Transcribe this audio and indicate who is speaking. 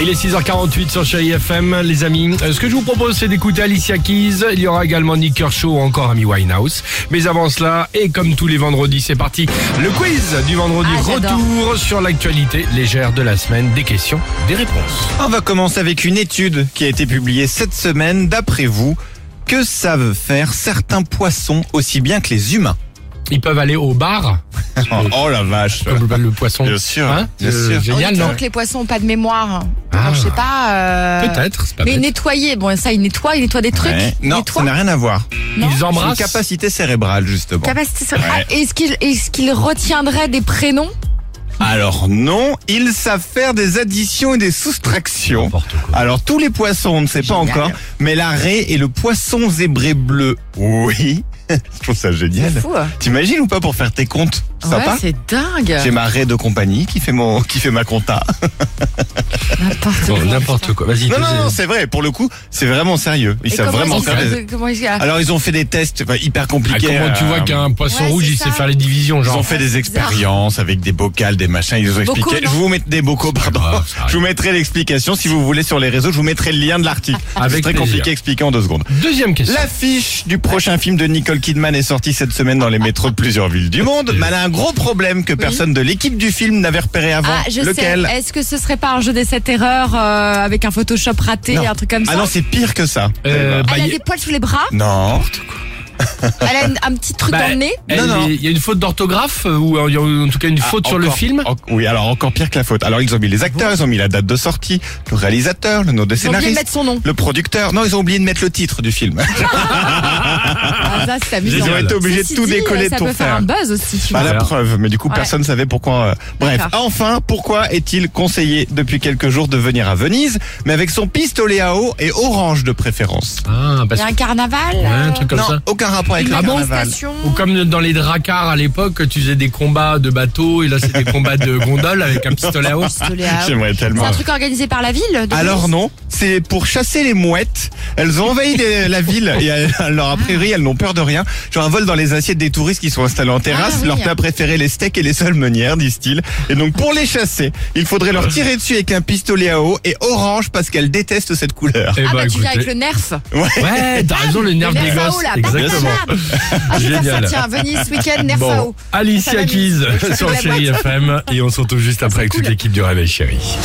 Speaker 1: Il est 6h48 sur Chéri FM, les amis. Euh, ce que je vous propose, c'est d'écouter Alicia Keys. Il y aura également Nick Kershaw ou encore Amy Winehouse. Mais avant cela, et comme tous les vendredis, c'est parti. Le quiz du vendredi.
Speaker 2: Ah, j'adore.
Speaker 1: retour sur l'actualité légère de la semaine. Des questions, des réponses.
Speaker 3: On va commencer avec une étude qui a été publiée cette semaine. D'après vous, que savent faire certains poissons aussi bien que les humains
Speaker 1: Ils peuvent aller au bar,
Speaker 3: Oh la vache
Speaker 1: comme le, le poisson.
Speaker 3: Bien sûr,
Speaker 1: Hein
Speaker 3: bien
Speaker 1: Euh,
Speaker 3: sûr.
Speaker 2: On dit
Speaker 1: Génial,
Speaker 2: toujours
Speaker 1: non Ah.
Speaker 2: que Ah les poissons ont pas de mémoire. Alors, je sais pas. euh,
Speaker 1: Peut-être, c'est pas
Speaker 2: Mais
Speaker 1: bête.
Speaker 2: nettoyer, bon, ça, ils nettoient, ils nettoient des trucs.
Speaker 3: Ouais.
Speaker 2: Ils
Speaker 3: Non, ça
Speaker 2: nettoient.
Speaker 3: n'a rien à voir.
Speaker 2: non.
Speaker 1: Ils
Speaker 3: C'est une
Speaker 1: embrassent.
Speaker 3: capacité cérébrale, justement.
Speaker 2: Capacité sur-
Speaker 3: Ouais.
Speaker 2: Ah, Est-ce qu'ils est-ce qu'ils retiendraient des prénoms
Speaker 3: Alors non, ils savent faire des additions et des soustractions.
Speaker 1: N'importe quoi.
Speaker 3: Alors tous les poissons, on ne sait pas
Speaker 2: Génial.
Speaker 3: encore, mais la raie et le poisson zébré bleu, oui. Je trouve ça
Speaker 2: C'est
Speaker 3: génial.
Speaker 2: fou. hein.
Speaker 3: T'imagines ou pas pour faire tes comptes
Speaker 2: Ouais,
Speaker 3: Sympa
Speaker 2: c'est dingue.
Speaker 3: J'ai ma raie de compagnie qui fait, mon, qui fait ma compta.
Speaker 2: N'importe
Speaker 1: Bon,
Speaker 2: quoi.
Speaker 1: N'importe quoi. Vas-y.
Speaker 3: Non,
Speaker 1: fais-
Speaker 3: non, non, c'est vrai, pour le coup, c'est vraiment sérieux. Ils
Speaker 2: Et
Speaker 3: savent
Speaker 2: comment
Speaker 3: vraiment
Speaker 2: ils
Speaker 3: faire
Speaker 2: savent-
Speaker 3: des...
Speaker 2: comment ils- ah,
Speaker 3: Alors ils ont fait des tests enfin, hyper
Speaker 1: Ah,
Speaker 3: compliqués.
Speaker 1: comment tu
Speaker 3: euh,
Speaker 1: vois qu'un poisson
Speaker 2: Ouais,
Speaker 1: rouge,
Speaker 2: c'est
Speaker 1: il
Speaker 2: ça.
Speaker 1: sait faire les divisions,
Speaker 3: Ils
Speaker 1: genre
Speaker 3: ont fait des
Speaker 2: C'est bizarre.
Speaker 3: expériences avec des bocals, des machins, ils nous ont
Speaker 2: Bocaux,
Speaker 3: expliqué.
Speaker 2: non
Speaker 3: je vous mets des bocaux, pardon.
Speaker 1: grave, Ah, ça arrive.
Speaker 3: je vous mettrai l'explication si vous voulez sur les réseaux, je vous mettrai le lien de l'article.
Speaker 1: Avec
Speaker 3: C'est très
Speaker 1: plaisir.
Speaker 3: compliqué à expliquer en deux secondes.
Speaker 1: Deuxième question.
Speaker 3: L'affiche du prochain film de Nicole Kidman est sortie cette semaine dans les métros de plusieurs villes du monde, mais elle a un gros problème que personne de l'équipe du film n'avait repéré avant.
Speaker 2: Ah, je
Speaker 3: Lequel
Speaker 2: sais. Est-ce que ce serait pas un jeu des 7 erreurs euh, avec un Photoshop raté,
Speaker 3: Non.
Speaker 2: un truc comme ça
Speaker 3: Ah non, c'est pire que ça.
Speaker 1: Euh, bah,
Speaker 2: Elle a
Speaker 1: y-
Speaker 2: des poils sous les bras,
Speaker 3: Non.
Speaker 2: elle a une- un petit truc
Speaker 1: Bah,
Speaker 2: dans le nez.
Speaker 1: elle-
Speaker 3: Non, non.
Speaker 1: Il y a une faute d'orthographe euh, ou euh, en tout cas une
Speaker 3: Ah,
Speaker 1: faute sur le
Speaker 3: encore-
Speaker 1: film.
Speaker 3: en- Oui, alors encore pire que la faute. Alors ils ont mis les acteurs, ils ont mis la date de sortie, le réalisateur, le nom des
Speaker 2: J'ai oublié de
Speaker 3: scénaristes.
Speaker 2: mettre son nom.
Speaker 3: Le producteur, non, ils ont oublié de mettre le titre du film.
Speaker 2: Ah, ça, c'est amusant.
Speaker 3: Ils ont
Speaker 1: Génial.
Speaker 3: été obligés de
Speaker 2: Ceci
Speaker 3: tout
Speaker 2: dit,
Speaker 3: décoller de
Speaker 2: Ça
Speaker 3: tout
Speaker 2: peut faire
Speaker 3: faire.
Speaker 2: un buzz aussi, tu
Speaker 3: Pas
Speaker 2: vois.
Speaker 1: Voilà.
Speaker 3: la preuve, mais du coup
Speaker 2: Ouais.
Speaker 3: personne savait pourquoi. euh, Bref,
Speaker 2: D'accord.
Speaker 3: enfin, pourquoi est-il conseillé depuis quelques jours de venir à Venise, mais avec son pistolet à eau et orange de préférence
Speaker 1: Ah,
Speaker 2: Il y
Speaker 1: parce
Speaker 2: a
Speaker 1: que.
Speaker 2: un carnaval.
Speaker 1: Ouais, un
Speaker 2: euh,
Speaker 1: truc comme
Speaker 3: Non,
Speaker 1: ça.
Speaker 3: aucun rapport avec
Speaker 2: une
Speaker 3: le carnaval.
Speaker 2: manifestation.
Speaker 1: Ou comme dans les dracars à l'époque, tu faisais des combats de bateaux et là c'était des combats de gondoles avec un pistolet à eau.
Speaker 2: Pistolet à eau.
Speaker 3: J'aimerais
Speaker 2: C'est
Speaker 3: tellement.
Speaker 2: un truc organisé par la ville de
Speaker 3: Alors
Speaker 2: Venise
Speaker 3: non, c'est pour chasser les mouettes. Elles ont envahi des- la ville et elles- alors a priori elles n'ont peur de rien. Genre un vol dans les assiettes des touristes qui sont installés en terrasse,
Speaker 2: Ah, oui.
Speaker 3: leur plat préféré les steaks et les salmonières disent-ils. Et donc pour les chasser, il faudrait leur tirer dessus avec un pistolet à eau et orange parce qu'elles détestent cette couleur.
Speaker 1: Eh
Speaker 2: Ah bah,
Speaker 1: ben,
Speaker 2: tu viens avec
Speaker 1: écoutez.
Speaker 2: le nerf
Speaker 1: ben, eh, Ouais, t'as raison, le nerf
Speaker 2: Le
Speaker 1: des
Speaker 2: nerf à
Speaker 1: gosses.
Speaker 2: eau, là,
Speaker 1: Exactement.
Speaker 2: bam, bam, bam. Ah, je vais faire ça,
Speaker 1: Génial.
Speaker 2: tiens, Venise, week-end, nerf à
Speaker 1: Bon,
Speaker 2: eau
Speaker 1: Alicia
Speaker 2: Ça m'amuse.
Speaker 1: Keys
Speaker 2: Ça fait
Speaker 1: sur
Speaker 2: de la
Speaker 1: Chéri FM et on se retrouve juste après avec
Speaker 2: cool.
Speaker 1: toute l'équipe du Réveil Chéri.